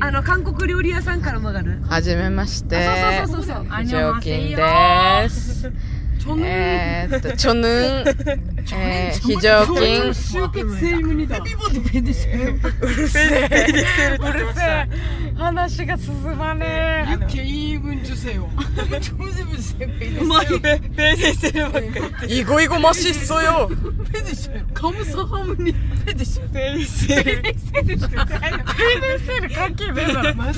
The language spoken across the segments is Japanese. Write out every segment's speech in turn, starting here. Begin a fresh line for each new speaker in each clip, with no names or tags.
あの韓国料理屋さんから曲がる
はじめまして。
あそうそうそうそうそう
非
あ
常勤です。
にょんせよ
ちょん
えーっと、チョヌン。えー、非常勤。
集結セイムニだ
うるせえ。話が進まねえ。
개입은 주세요.
마이 베네세르
이거 이거 맛있어요.
감사하니
페이데이세를 갖게 되잖아.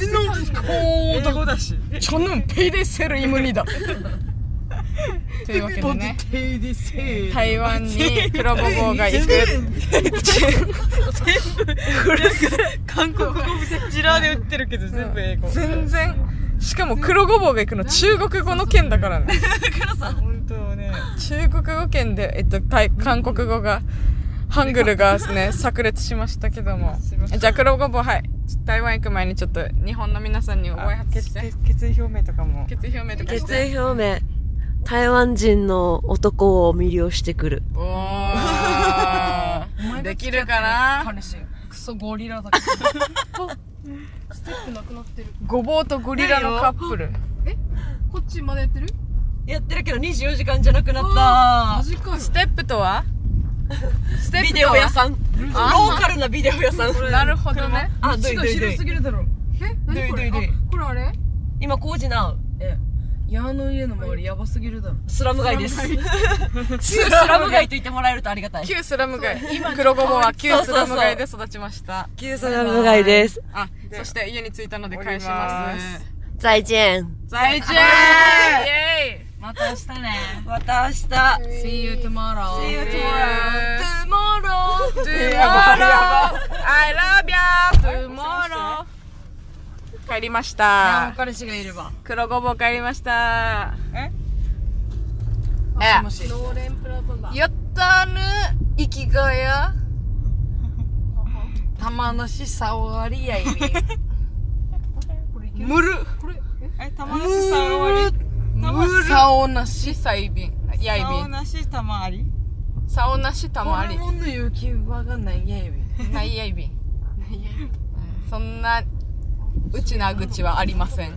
이거 다시.
저는 페이데이세를 입문이다.というわけでね、
테이디세.
台湾に黒ボボが行く。
韓国語でジラで売ってるけど全部英語
全然。しかも黒ごぼうが行くの中国語の県だからね。
本当ね
中国語圏で、えっと、タイ韓国語が、ハングルが ね、炸裂しましたけども。じゃあ、黒ごぼう、はい。ちょ台湾行く前にちょっと、日本の皆さんに覚え発見して。
決意表明とかも
決意表明とかし
決
て。
意表明台湾人の男を魅了してくる
おー。 できるかな
彼氏クソゴリラだからステップなくなってる
ごぼうとゴリラのカップル。
こっちまだやってる
やってるけど24時間じゃなくなった
マジかよ
ステップとはステッ
ビ
プ
デ
と
オ屋
は
さんローカルなビデオ屋さん
なるほどね。
あどい
血が
どいど
白
い
すぎるだろえ何これ
どいどいどい
あこれあれ
今工事な
え矢の家の周りやばすぎるだろ
スラム街です
ス
スラム街と言ってもらえるとありがたい
旧スラム街。黒ごぼうは旧スラム街で育ちました。
旧スラム街です
あ、そして家に着いたので返します。
再见
再见
また明日ね
また明日
See you tomorrow
See you
tomorrow! Tomorrow! I love you! Tomorrow! 帰りました。
彼氏がいれば
黒ごぼう帰りました。え
もし
やったぬ生きがや。玉のしさおわりやいびん。むる
아 타마시 사와리.
むるさおなしさいびん。やいびん。
사오나시 타마리.
さおなし玉あり。
本の勇気わかんないやいび
ないやいびん。そんな、うちな愚痴はありません。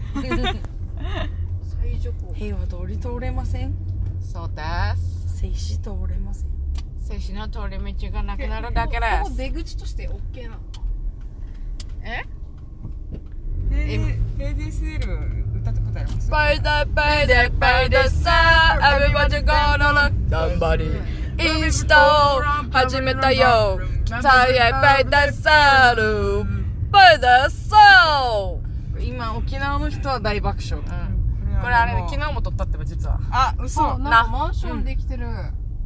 平和通り通れません
そうです。
静止通れません
精子の通り道がなくなるだけです。
出口として OK なの
え
테이디세를 우타토 코다리마스.
パイダパイダパイダさあ、everybody gonna rock somebody. インスタを始めたよ。さイパイダサル。パイダサー
今沖縄の人は大爆笑
これあれね、昨日も撮ったってば実は。
아, 웃어.
なんかマンションできてる、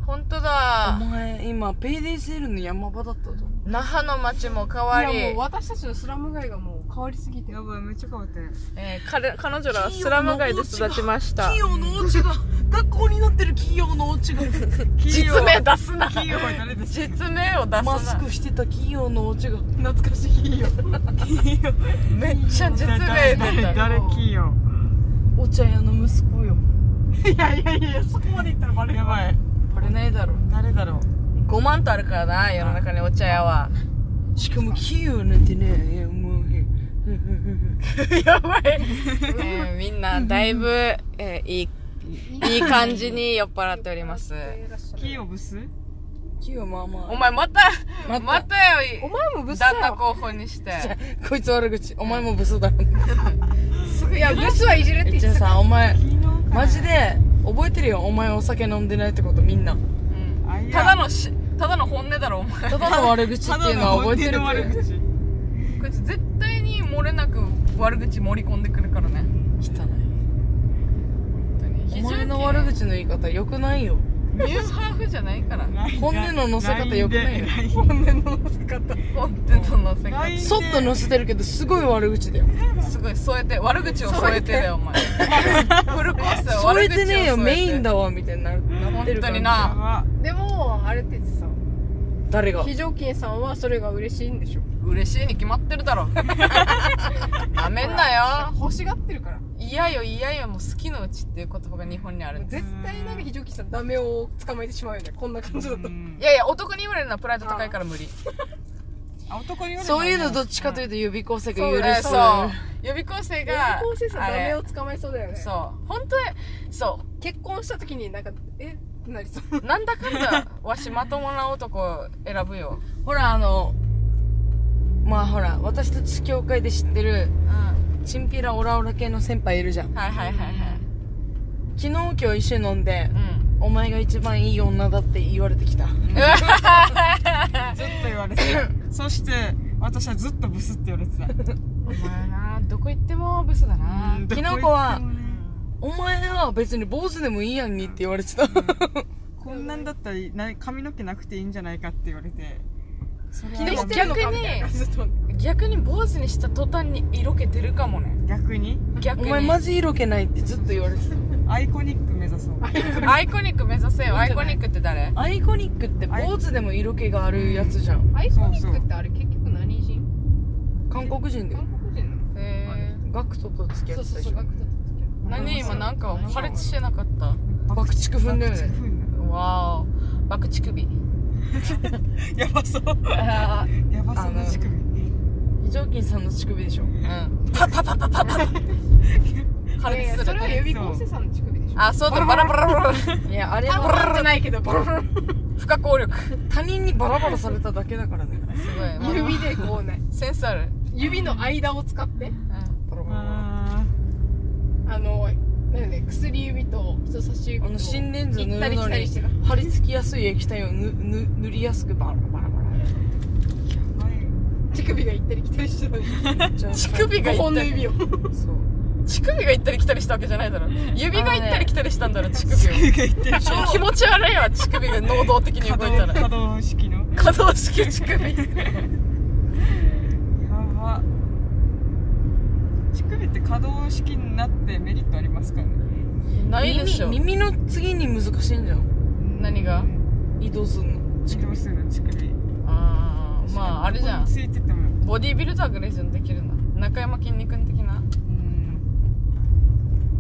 本当
お
だ。
前今ペイデイセールの山場だったぞ
那覇の街も変わ
いやも
り
う。私たちのスラム街がもう変わりすぎて
여보, 며칠 가 어때?
えー彼彼女らはスラム街で育ちました。
企業のお家が学校になってる企業のお家が
実名出すな。
기요 달래듯이.
実名を出す
マス
な。
クしてた企業のお家が
나츠카 시 기요.
めっちゃ実名出た。
나래 기요.
お茶屋の息子よ
야야야, 소코마데 있다 말해. 야바이.
バレないだろ
나래다로.
5万とあるからな、世の中にお茶屋は。
しかも企業なんてねいやもう
や ばい。えーみんな、だいぶ、えーいい、いい感じに酔っ払っております。
기요 부스?
企業まあまあ
お前また、またよ、お前もブスだよ。旦那候補にして。
こいつ悪口お前もブスだろ
いや、ブスはいじれって言っ
じゃ
て
あ
た。
さお前マジで覚えてるよお前お酒飲んでないってことみんな
うんた
아야.
だのし、ただの本音だろ、お前。
ただの悪口っていうのは覚えてる
하나는
けど
원딜 말해듯이.
こいつ絶対に漏れなく悪口盛り込んでくるからね。汚い。
お前の悪口の言い方良くないよ
ニューハーフじゃないから。
本音の乗せ方良くないよ
라인데,
本音の乗せ方
本当の世界。
라인데.
そっと乗せてるけどすごい悪口だよ
すごい添えて悪口を添えてだよお前フルコース
それでねえよメイン
だ
だわみたいになるなっ
本
てるか
当
ら
にな
와
でもあれってさ
誰が
非常勤さんはそれが嬉しいんでしょ
嬉しいに決まってるだろなめんなよ
欲しがってるから
嫌よ嫌よもう好きのうちっていう言葉が日本にあるんです
絶対なんか非常勤さんダメを捕まえてしまうよねこんな感じだと
いやいや男に言われるのはプライド高いから無理
あ男より
そういうのどっちかというと予備校生が許し
そう
そう。
予備校生が
高校生さん
あ
ダ
れ
メを捕まえそうだよね
そう本当にそ
結婚した時になんかえってなりそう
うなんだかんだわしまともな男選ぶよ
ほら、あの、まあほら、私たち協会で知ってる、
うんはい
チンピラオラオラ系の先輩いるじゃん。
はいはいはい
昨日今日一緒に飲んで、
うん
お前が一番いい女だって言われてきた。
ずっと言われてそして私はずっとブスって言われてた
お前などこ行ってもブスだな
昨日子は、お前は別に坊主でもいいやんにって言われてた。
こんなんだったらな髪の毛なくていいんじゃないかって言われて
でも
してるの
逆
かみたいな
に
ずっと
逆に坊主にした途端に色気出るかもね
逆に
逆
お
に
前マジ色気ないってずっと言われてた。
アイコニック目指 そう
アイコニック目指せよアイコニックって誰
アイコニックって坊主でも色気があるやつじゃん。
アイコニックってあれ結局何人
韓国人で
韓。国人なの
え
ガクトと付き
そう
合ってた
そうそう
でしょ。
学徒と付き合
ー、何今なんか破裂してなかった
爆竹踏んだよね。
わーお爆乳首
やばそうやばそうな乳首
非常勤さんの乳首でしょ。
うんパッパッパッパッパッパ ッ破
っていや
裂
いや
す
そ
る
れは予備校生さんの乳首でしょ
あそうだバラバラバラ
いや、あれ
多分
は
なんじゃないけど
不可抗力す
他人にバラバラされただけだからね。
ごいもう
指でこうね
センスある
指の間を使って
うん
あ
あのなんだね薬指と人差し指と
あの、心電図塗
行った
る
り
の
来たり
に
してる、
貼り付きやすい液体をぬぬ塗りやすくバラバラバ
ーはい
乳首が行ったり来たりしてた
ラ。めっち ゃ
乳首が
5
行っ
本
た
の
り
指を
そう。
乳首が行ったり来たりしたわけじゃないだろ指が行ったり来たりしたんだろ乳首を気持ち悪いわ乳首が能動的に動
可
いた
動可
ら
動式のや
可動式乳 首
ば乳首って可動式になってメリットありますかね
ないでしょ
耳耳の次に難しいんじゃん。
何が
移動すんの。
どうするの乳首
あーまああれじゃ
ここ
ん
についてても
ボディービルダーぐらいじゃんできるな中山筋肉的な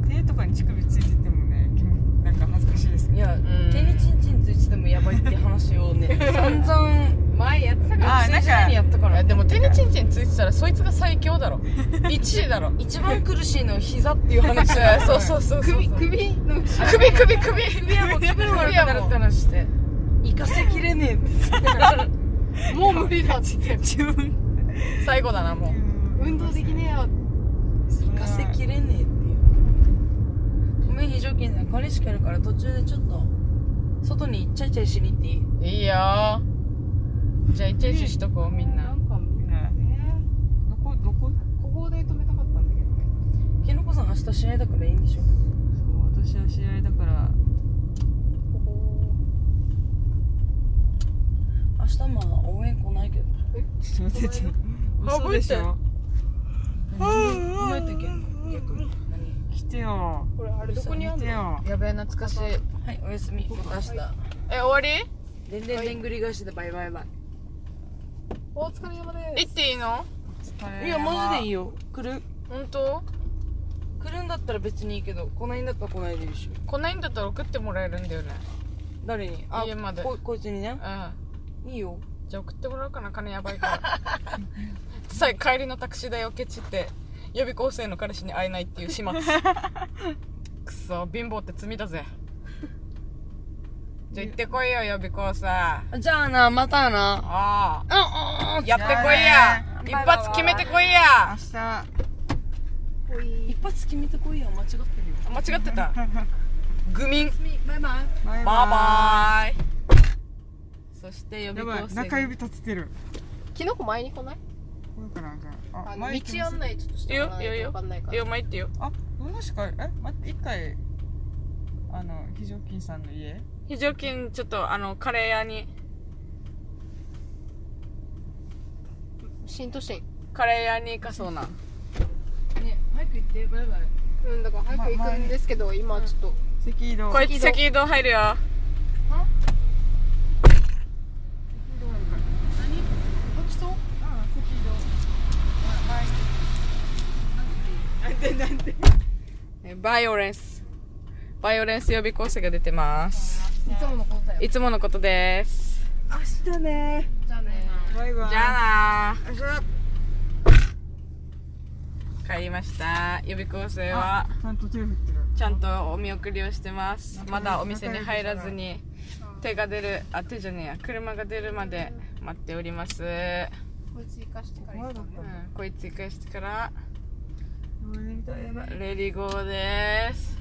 手とかに乳首ついててもね気持なんか恥ずかしいですね
いや、手にチンチンついててもやばいって話をね、散々、
前やってたから
あー
学生時代にやったか
いや
ら。
でも手にチンチンついてたらそいつが最強 だろ1位だろ
一番苦しいのは膝っていう話だよ。
そうそうそうそう
首首の後ろ
首首首首やもう
気分悪くなるって話して。行かせきれねえって。
もう無理だっつって
自分
最後だなも
運動できねえよって
行かせきれねえっていうごめん非常勤さん彼氏来るから途中でちょっと外にちゃいちゃいしに行っていいう
いいよじゃあイチャイチャしとこうみん
な
なん
かね
どこどこ
ここで止めたかったんだけどね
きのこさん明日試合だからいいんでしょ
そう私は試合だから
ここ
明日まあ応援来ないけど
ちょっと待ってちょっと嘘でしょ
来ないといけんの逆に
来てよ
これあれどこにあん
来て
の
よ
やべえ懐かしい
何はいおやすみまた明日
え終わり
でんでんでんぐり返しでバイバイバ
お疲れ様です
行っていいの
イいやマジでいいよ来る
本当
来るんだったら別にいいけど来ないんだったら来ないでいいでしょ
こんないんだったら送ってもらえるんだよね
誰に
家まで
ここいつにね
うん
いいよ
じゃあ送ってもらおうかな金やばいからさ帰りのタクシー代をケチって予備校生の彼氏に会えないって いう始末くそ貧乏って罪だぜじゃあ行ってこいよ予備校生あ
じゃあなまたな
あ
うんうん
やってこいや一発決めてこいや
明日
一発決めてこいよ間違ってるよ
間違って た愚民
バイ
バイ
バ
バイそして予
イや
備
ば
校
い
生
中指立ててる
キノコ前に来ない
これかなじゃあ
あ
あ
の
前行き
道
ます
案内ちょっとしてもらわないとわかんないか
い
ら
やお前行ってよ
あもしかえ待って一回あの非常勤さんの家
非常勤ちょっとあのカレー屋に
新都心
カレー屋に行かそうな
ね早く行ってバイバイ
うんだから早く行くんですけど今ちょっと
赤移動
こいつ赤移動入るよ
吐きそう
えバイオレンスバイオレンス予備校生が出てます
いつものことだよ
いつものことです
じゃあね
バイバイ
じゃあな帰りました予備校生は
あちゃんと手振ってる
ちゃんとお見送りをしてますまだお店に入らずに手が出るあ手じゃねえや車が出るまで待っております、う
こいつ生かしてから行った
前だったの
ん、こいつ生かしてから
俺みたいな
レディゴーです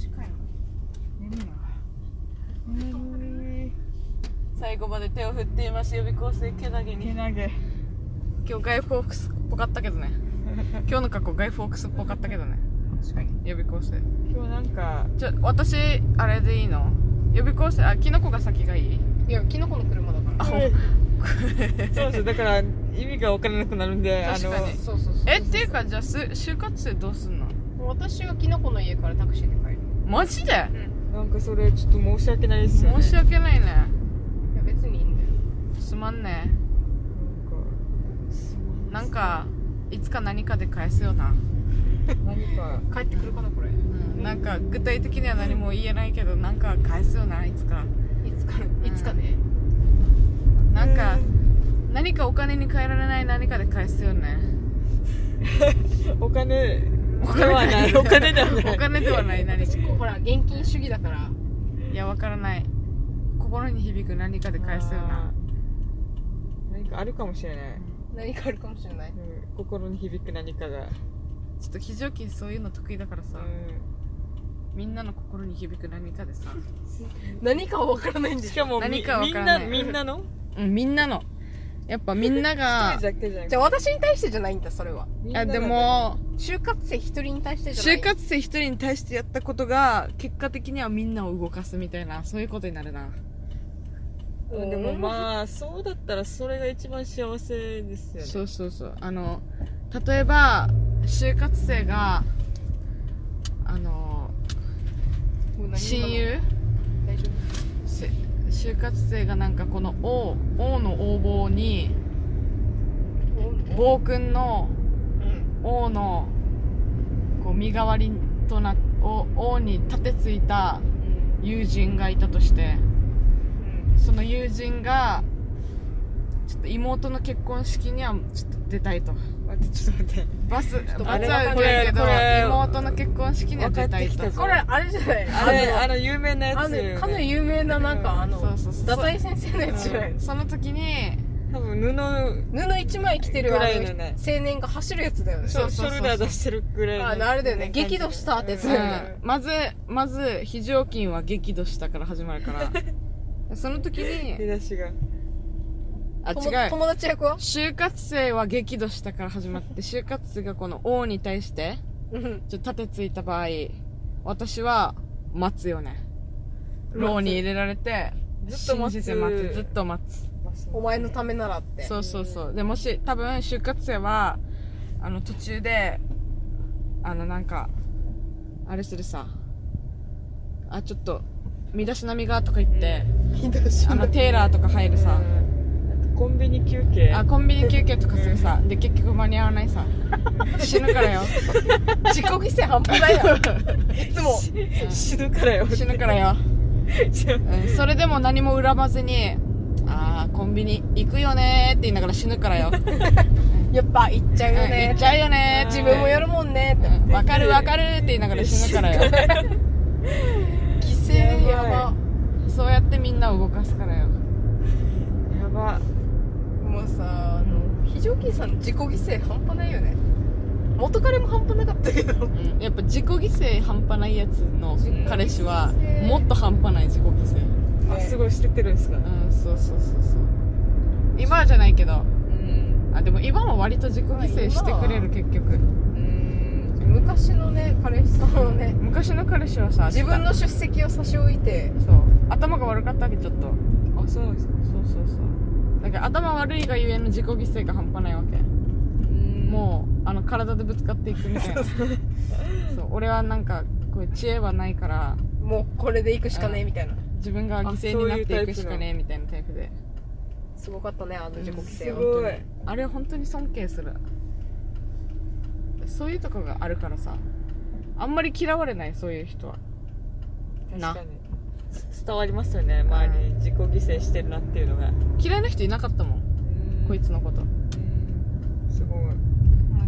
近いの
寝るな眠い
最後まで手を振っています予備校生けなげ
手
に
投げ
今日外フォークスっぽかったけどね今日の格好外フォークスっぽかったけどね確かに予備校生
今日なん か
ちょ私あれでいいの予備校生あキノコが先がいい
いやキノコの車だから
そうですだから意味が分からなくなるんであ
確
の
かに
そうそうそう
えっていうかじゃあす就活生どうすんの
私はキノコの家からタクシーで帰る
マジで
なんかそれちょっと申し訳ないですよね
申し
なんか
訳ないね
いや別にいいんだよ
すまんねなんかいつか何かで返すよな、
何か
帰ってくるかなこれ
なんか具体的には何も言えないけどなんか返すよないつか
いつかいつかね
なんか何かお金に換えられない何かで返すよね
お金
お
ではないお金では
お
ない
金では ない何
私
い
こうほら現金主義だから
やわからない心に響く何かで返すよな
あー何かあるかもしれない、
何かあるかもしれない
うん、心に響く何かが、
ちょっと非常勤そういうの得意だからさ、
う
みんなの心に響く何かでさ、
何かは分からないん
ん、
で
し
しょ
かもみ
何かわからない
みんなみんなの
うん、みんなのやっぱみんなが
だけじゃなく
じ
て
ゃあ私に対してじゃないんだそれは
み
い
んな
や
の
でも
就活生一人に対してじゃない
就活生一人に対してやったことが結果的にはみんなを動かすみたいなそういうことになるな
うんでもまあそうだったらそれが一番幸せですよね
そうそうそうあの例えば就活生があの
もう何も
親友
大丈
せ就活生がなんかこの王王の横暴に
夫
暴君の
うん
王のこう身代わりとな王王に立てついた
うん
友人がいたとして
うん
その友人がちょっと妹の結婚式にはちょっと出たいと
待ってちょっと待って
バスバス
あ
は
れ
受けるけど
これこれ
妹の結婚式には出たいと
分かってきたぞ
これあれじゃない
あれあの有名なや
あ
つよね
のかの有名ななんかあの
そうそうそう
太宰先生のやつじゃない
その時に
多分布
布一枚着てる
ぐ
あの
らいの
青
ね
年が走るやつだよね
シ
そう
ョシ
そうそうそう
ョルダー出してるぐらいの
あのあれだよね
感じ
激怒したってやつ
う
だよね
んまずまず非常勤は激怒したから始まるから その時
出
に
だしが
あ
友
違う
友達役は
就活生は激怒したから始まって就活生がこの王に対して
うん
ちょっと盾ついた場合私は待つよね牢に入れられて
ずっと待つ
信じて待つずっと待つ
お前のためならって
そうそうそうでもし多分就活生はあの途中であのなんかあれするさあちょっと身だしなみがとか言って、あのテーラーとか入るさ、
うんコンビニ休憩
あコンビニ休憩とかするさ、で結局間に合わない さ死ぬからよ
自己犠牲半端ない よいつも
死ぬからよ
死ぬからよ、うん、それでも何も恨まずにああコンビニ行くよねーって言いながら死ぬからよ、うん
やっぱ行っちゃうよ
行
ね
っちゃうよねーって
自分もやるもんねって
わかるわかるって言いながら死ぬからよ
犠牲やば
そうやってみんなを動かすからよ
やば
もうさあの非常勤さんの自己犠牲半端ないよね元彼も半端なかったけど
うんやっぱ自己犠牲半端ないやつの彼氏は
自己犠牲
もっと半端ない自己犠牲
あすごい捨ててるんですか
うんそうそうそうそう今はじゃないけ
う
ど
ん
あでも今も割と自己犠牲してくれる結局
うん昔のね彼氏さんのね
昔の彼氏はさ
自分の出席を差し置いて
そう頭が悪かったわけちょっと
あそうなんですかそうそうそう
だから頭悪いがゆえの自己犠牲が半端ないわけもうあの体でぶつかっていくみたいなそう俺はなんかこういう知恵はないから
もうこれで行くしかねえみたいな
自分が犠牲になっていくしかねえみたいなタイプです
ごかったねあの自己規制
す
は
ごい
あれ本当に尊敬するそういうとこがあるからさあんまり嫌われないそういう人はな
確かに
伝わりますよね周りに自己犠牲してるなっていうのが
嫌いな人いなかったもんこいつのこと
うんすごい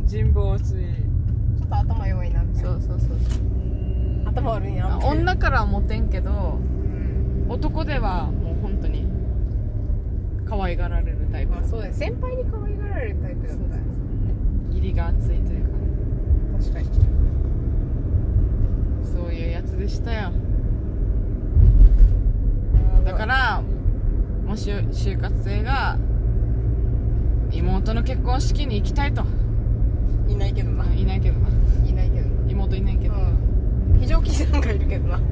人望厚い
ちょっと頭弱いなみたい
そうそうそうそう
な頭悪いなみたいな
女からはモテんけど
うん
男ではもう本当に可愛がられるタイプ
まあそうだよ先輩に可愛がられるタイプだったよ
義理が厚いというかね
確かに
そういうやつでしたよだからもし就活生が妹の結婚式に行きたいと
いないけどな
あいないけどない
ないけどな
妹いないけど、
うん非常勤さんがいるけどな
そ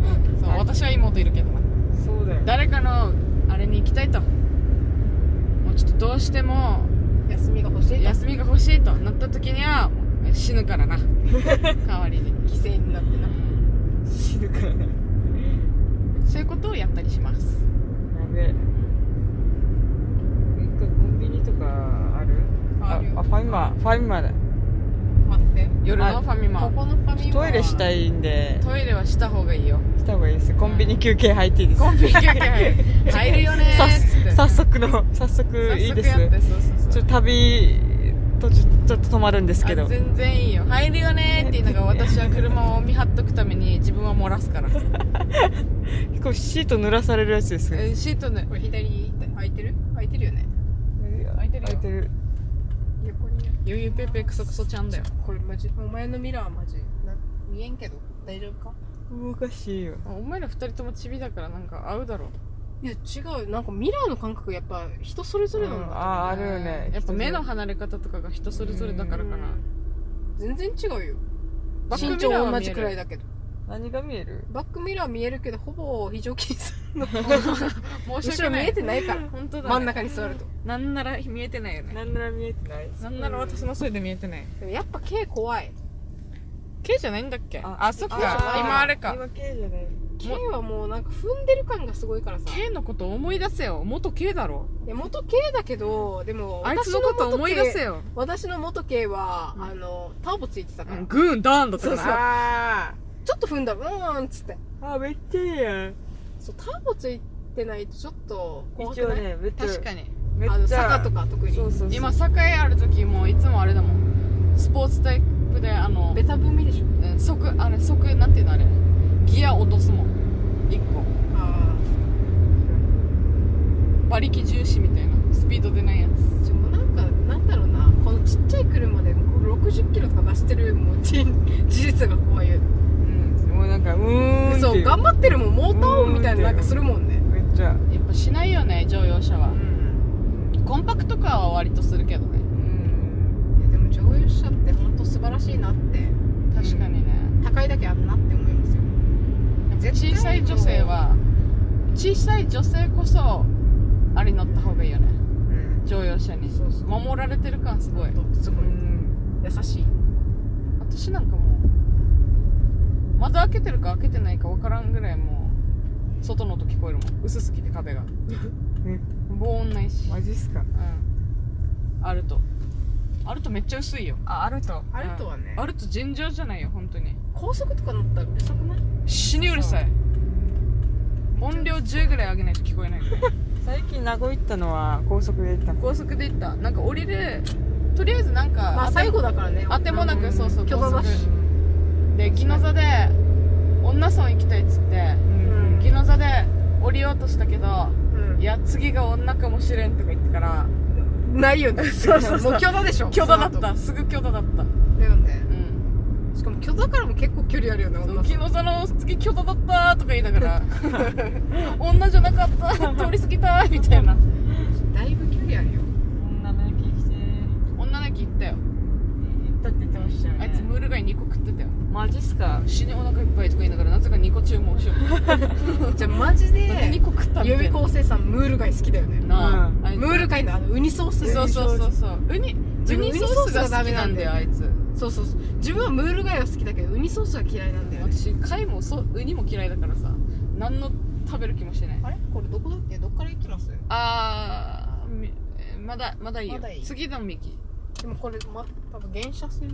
う私は妹いるけどな
そうだよ
誰かのあれに行きたいともうちょっとどうしても
休みが欲しいと
休みが欲しいとなった時には死ぬからな代わりに
犠牲になってな
死ぬからね
そういうことをやったりします
やべえなんかコンビニとかある
あるよ
ファミマファミマだ
待って
夜
あ
のファミ
こ
マ
このファミマは
トイレしたいんで
トイレはした方がいいよ
した方がいいですコンビニ休憩入っていいです
コンビニ休憩入る よね
さ
ーっつって
早速の早速いい
早
で
速
す
やってそうそうそう
ちょっと旅とちょちょっと止まるんですけ
あ
ど
全然いいよ入るよねーっていうのが私は車を見張っとくために自分は漏らすから、
これシート濡らされるやつです
えーシートね
これ左って開いてる開いてるよね
開いてる開いてる
横に
ゆうゆうぺぺクソクソちゃんだよ
これマジお前のミラーはマジな見えんけど大丈夫か
動かしいよ
お前ら二人ともチビだからなんか合うだろ
いや違うなんかミラーの感覚やっぱ人それぞれな
うんん
だ
あーあるよね
やっぱ目の離れ方とかが人それぞれだからかな
全然違うよ
バック
身
ミラー
長同
は見え
じ
る
くらいだけど
何が見える
バックミラー見えるけどほぼ非常勤さんの
申し
後
訳
ろ見
な
え
い
てない から
本当だ、ね、
真ん中に座ると
なんなら見えてないよね
何なら見えてない
なんなら私のせいで見えてない
でもやっぱ K 怖い
K じゃないんだっけあ
あ
そっか
あー
今あれか
今系じゃない
K はもうなんか踏んでる感がすごいからさ
K のこと思い出せよ元 K だろ
いや元 K だけどでも
あいつのこと思い出せよ、
私の元 K は、あのターボついてた
う
から、
ん、グーンダーンだったからな
あ
ちょっと踏んだらうーんっつって
ーあめっちゃいいやん
そうターボついてないとちょっと怖
一
く
応
ない、
ねめっちゃ
確かに
め
あの
っちゃ
坂とか特に
そうそうそう
今栄ある時もいつもあれだもんスポーツタイプであの
ベタ踏みでしょ
うん即あれ即なんていうのあれギア落とすもん1個
あ
馬力重視みたいなスピード出ないやつ
あでもなんかなんだろうなこのちっちゃい車で60キロとか出してるもうじ事実が怖いよ
うんもうなんかうーんってい
そう頑張ってるもんモーター音みたいな
うーんっていう
なんかするもんね
めっちゃ
やっぱしないよね乗用車は
うん
コンパクトカーは割とするけどね
うん
いやでも乗用車って本当素晴らしいなって
確かにね、
高いだけあるなって思いますよ
小さい女性は小さい女性こそあれ乗った方がいいよね
うん
乗用車に
そうそう
守られてる感すごい
すごい
うん
優しい
私なんかもう窓開けてるか開けてないか分からんぐらいもう外の音聞こえるもん薄すぎ て壁が防音ないし
マジっすか
うんあるとあるとめっちゃ薄いよ
ああると
あるとはね
あると尋常じゃないよ本当に
高速とか乗ったらうるさくない
死にうるさい音量10ぐらい上げないと聞こえないぐらい
最近名古屋行ったのは高速で行ったの
高速で行ったなんか降りるとりあえずなんか、
まあ
当て
最後だからね
あてもなくそうそう
許可
高
なし
速で宜野座で女村行きたいっつって
うん
宜野座で降りようとしたけど
うん
いや次が女かもしれんとか言ってから
ないよねそうそうもう許可でしょ
巨大だっ
その後
たすぐ巨大だった
だよね
うん
しかも許可からも結構距離あるよね女
宜野座の次巨大だったとか言いな がら女じゃなかった通り過ぎたみたいな
だいぶ距離あ るよ
女の駅来て
女だけ行ったよ
行ったって言ってましたよ
あいつムール貝2個食ってたよ
マジっすか
死にお腹いっぱいとか言いながらなぜか2個注文しよう
じゃあマジで
2個食ったみ
予
た
備
いな
校生さんムール貝好きだよね
なあ
うん
あいつ
ムール貝のあのウニソース
そうそうそうそうウニウ
自分
ニソースが好きなんだよあ
ウ
いつ
そうそうそう自分はムール貝は好きだけどウニソースが嫌いなんだよね
私貝もそうウニも嫌いだからさ何の食べる気もしてない
あれこれどこだっけどっから行きます
あーみえーまだまだいいよ
まだいい
次の右
でもこれま多分原車線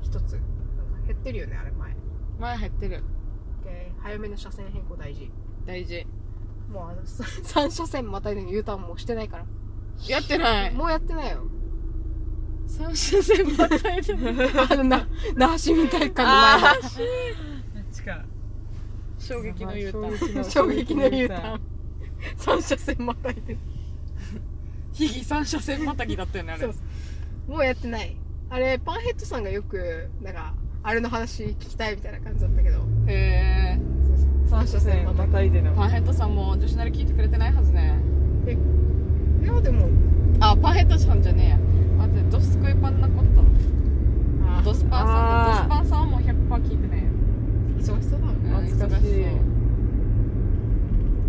一つなんか減ってるよねあれ前
前入ってる
で早めの車線変更大事
大事
もうあの3車線またいでの U ターンもうしてないから、
やってない
もうやってないよ
三車線またいで
あのな那覇市民体育館の前の
近
衝撃の U ターン
衝撃の U ターン3車線またいで
ひぎ三車線またぎだったよねあれ
そうそうもうやってないあれパンヘッドさんがよくなんかあれの話聞きたいみたいな感じだったけど
へえ
3車線また
またいでの
パンヘッドさんも女子なり聞いてくれてないはずね
いやでも
あパンヘッドさんじゃねえや待ってドスコイパンナコット
あ
ドスパンさんとド
あー
スパンさんはもう100%聞いてないよ
忙しそうだもんね
うん
懐かしい
忙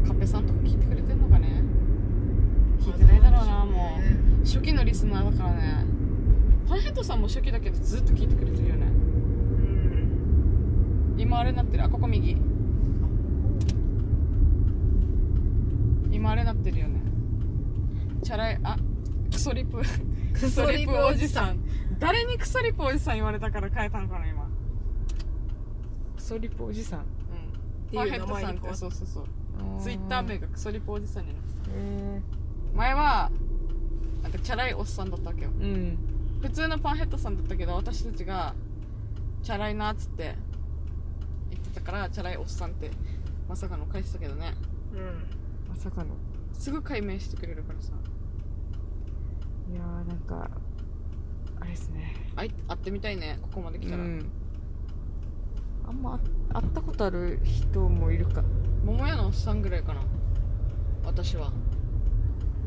そうカペさんとか聞いてくれてんのかね聞いてないだろうなもう初期のリスナーだからねパンヘッドさんも初期だけどずっと聞いてくれてるよね
うん
今あれなってるあここ右今あれなってるよねチャラいあクソリップクソリップおじさん誰にクソリップおじさん言われたから変えたのかな今
クソリップおじさん
うんパンヘッドさんってそうそうそうツイッター名がクソリップおじさんになってた前はなんかチャラいおっさんだったわけよ
うん
普通のパンヘッドさんだったけど私たちがチャラいなっつって言ってたからチャラいおっさんってまさかの返してたけどね
うん
まさかの
すぐ解明してくれるからさ
いやーなんかあれですね
あい会ってみたいねここまで来たら、
あんまあ会ったことある人もいるか
桃屋のおっさんぐらいかな私は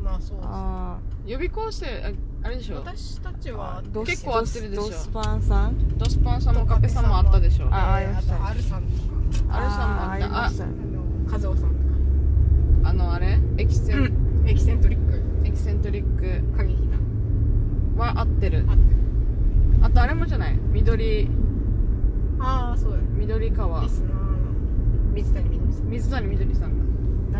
まあそうです
あ
予備校生ああれでしょ
私たちは
ードス
結構会ってるでしょ
ドスパンさん
ドスパンさんもカペさんもあったでしょ
あ会いま
あ
した
とアルさんとか
アルさんもあっ
ー会い
たあ
ました
あのカズオさんとか
あのあれエキセン、
エキセントリック
エキセントリック
過激な
は合ってる
あって
あとあれもじゃない緑
ああそうだね
緑川
リスナーの水谷みのりさん
水谷みどりさんが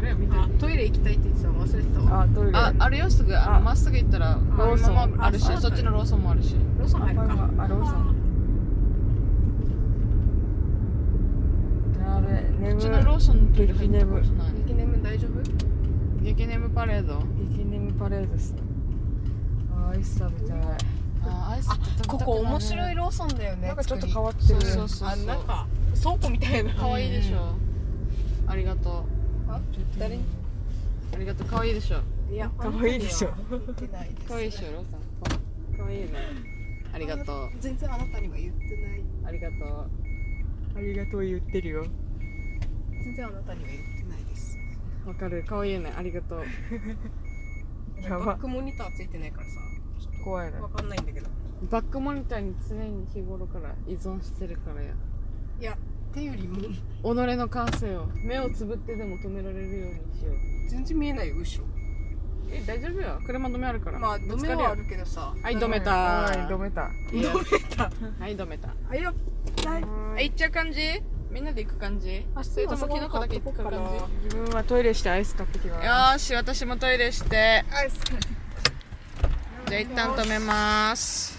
誰よ緑
あトイレ行きたいって言ってたの忘れてたわ
あトイレ
ああれよすぐあの
あ
まっすぐ行ったら
ローソン
マもあるし
あそうだ
そっちのローソンもあるし
ローソン入るか
あローソンあれ
こっ
眠
ちのローソンのトイレ入ったことない
イケネム大丈夫
激ネムパレード
激眠パレードですねあーアイス食べたい
あーアイスって食べたくなる
ローソンだよね
なんかちょっと変わって
そ
る
うそうそう
あ
そ
なん
う
か倉庫みたいな
可愛いでしょありがと
誰に
うありがとう可愛いでしょ
いや
かわいいでしょ
言ってないです
可愛いでしょローソン
かわいいね
ありがとう
全然あなたには言ってない
ありがとう
ありがとう言ってるよ
全然あなたには言ってないです
わかる可愛いねありがとう
やば
バックモニターついてないからさちょっ
怖い
と
な
わかんないんだけど
バックモニターに常に日頃から依存してるからや
いや手よりも
己の感性を目をつぶってでも止められるようにしよう
全然見えないよ後
え大丈夫よ車止めあるか
ろ
ら
まあ
ぶ
止
つ
め
かる
は
よ
あるけどさ
はい止めた
はい止めた
止めたはい止めた
あいや
え行っちゃう感じみんなで行く感じ
あ
それともキノコだけ行く感じ
自分はトイレしてアイス買ってきます
よーし私もトイレしてじゃあ一旦止めます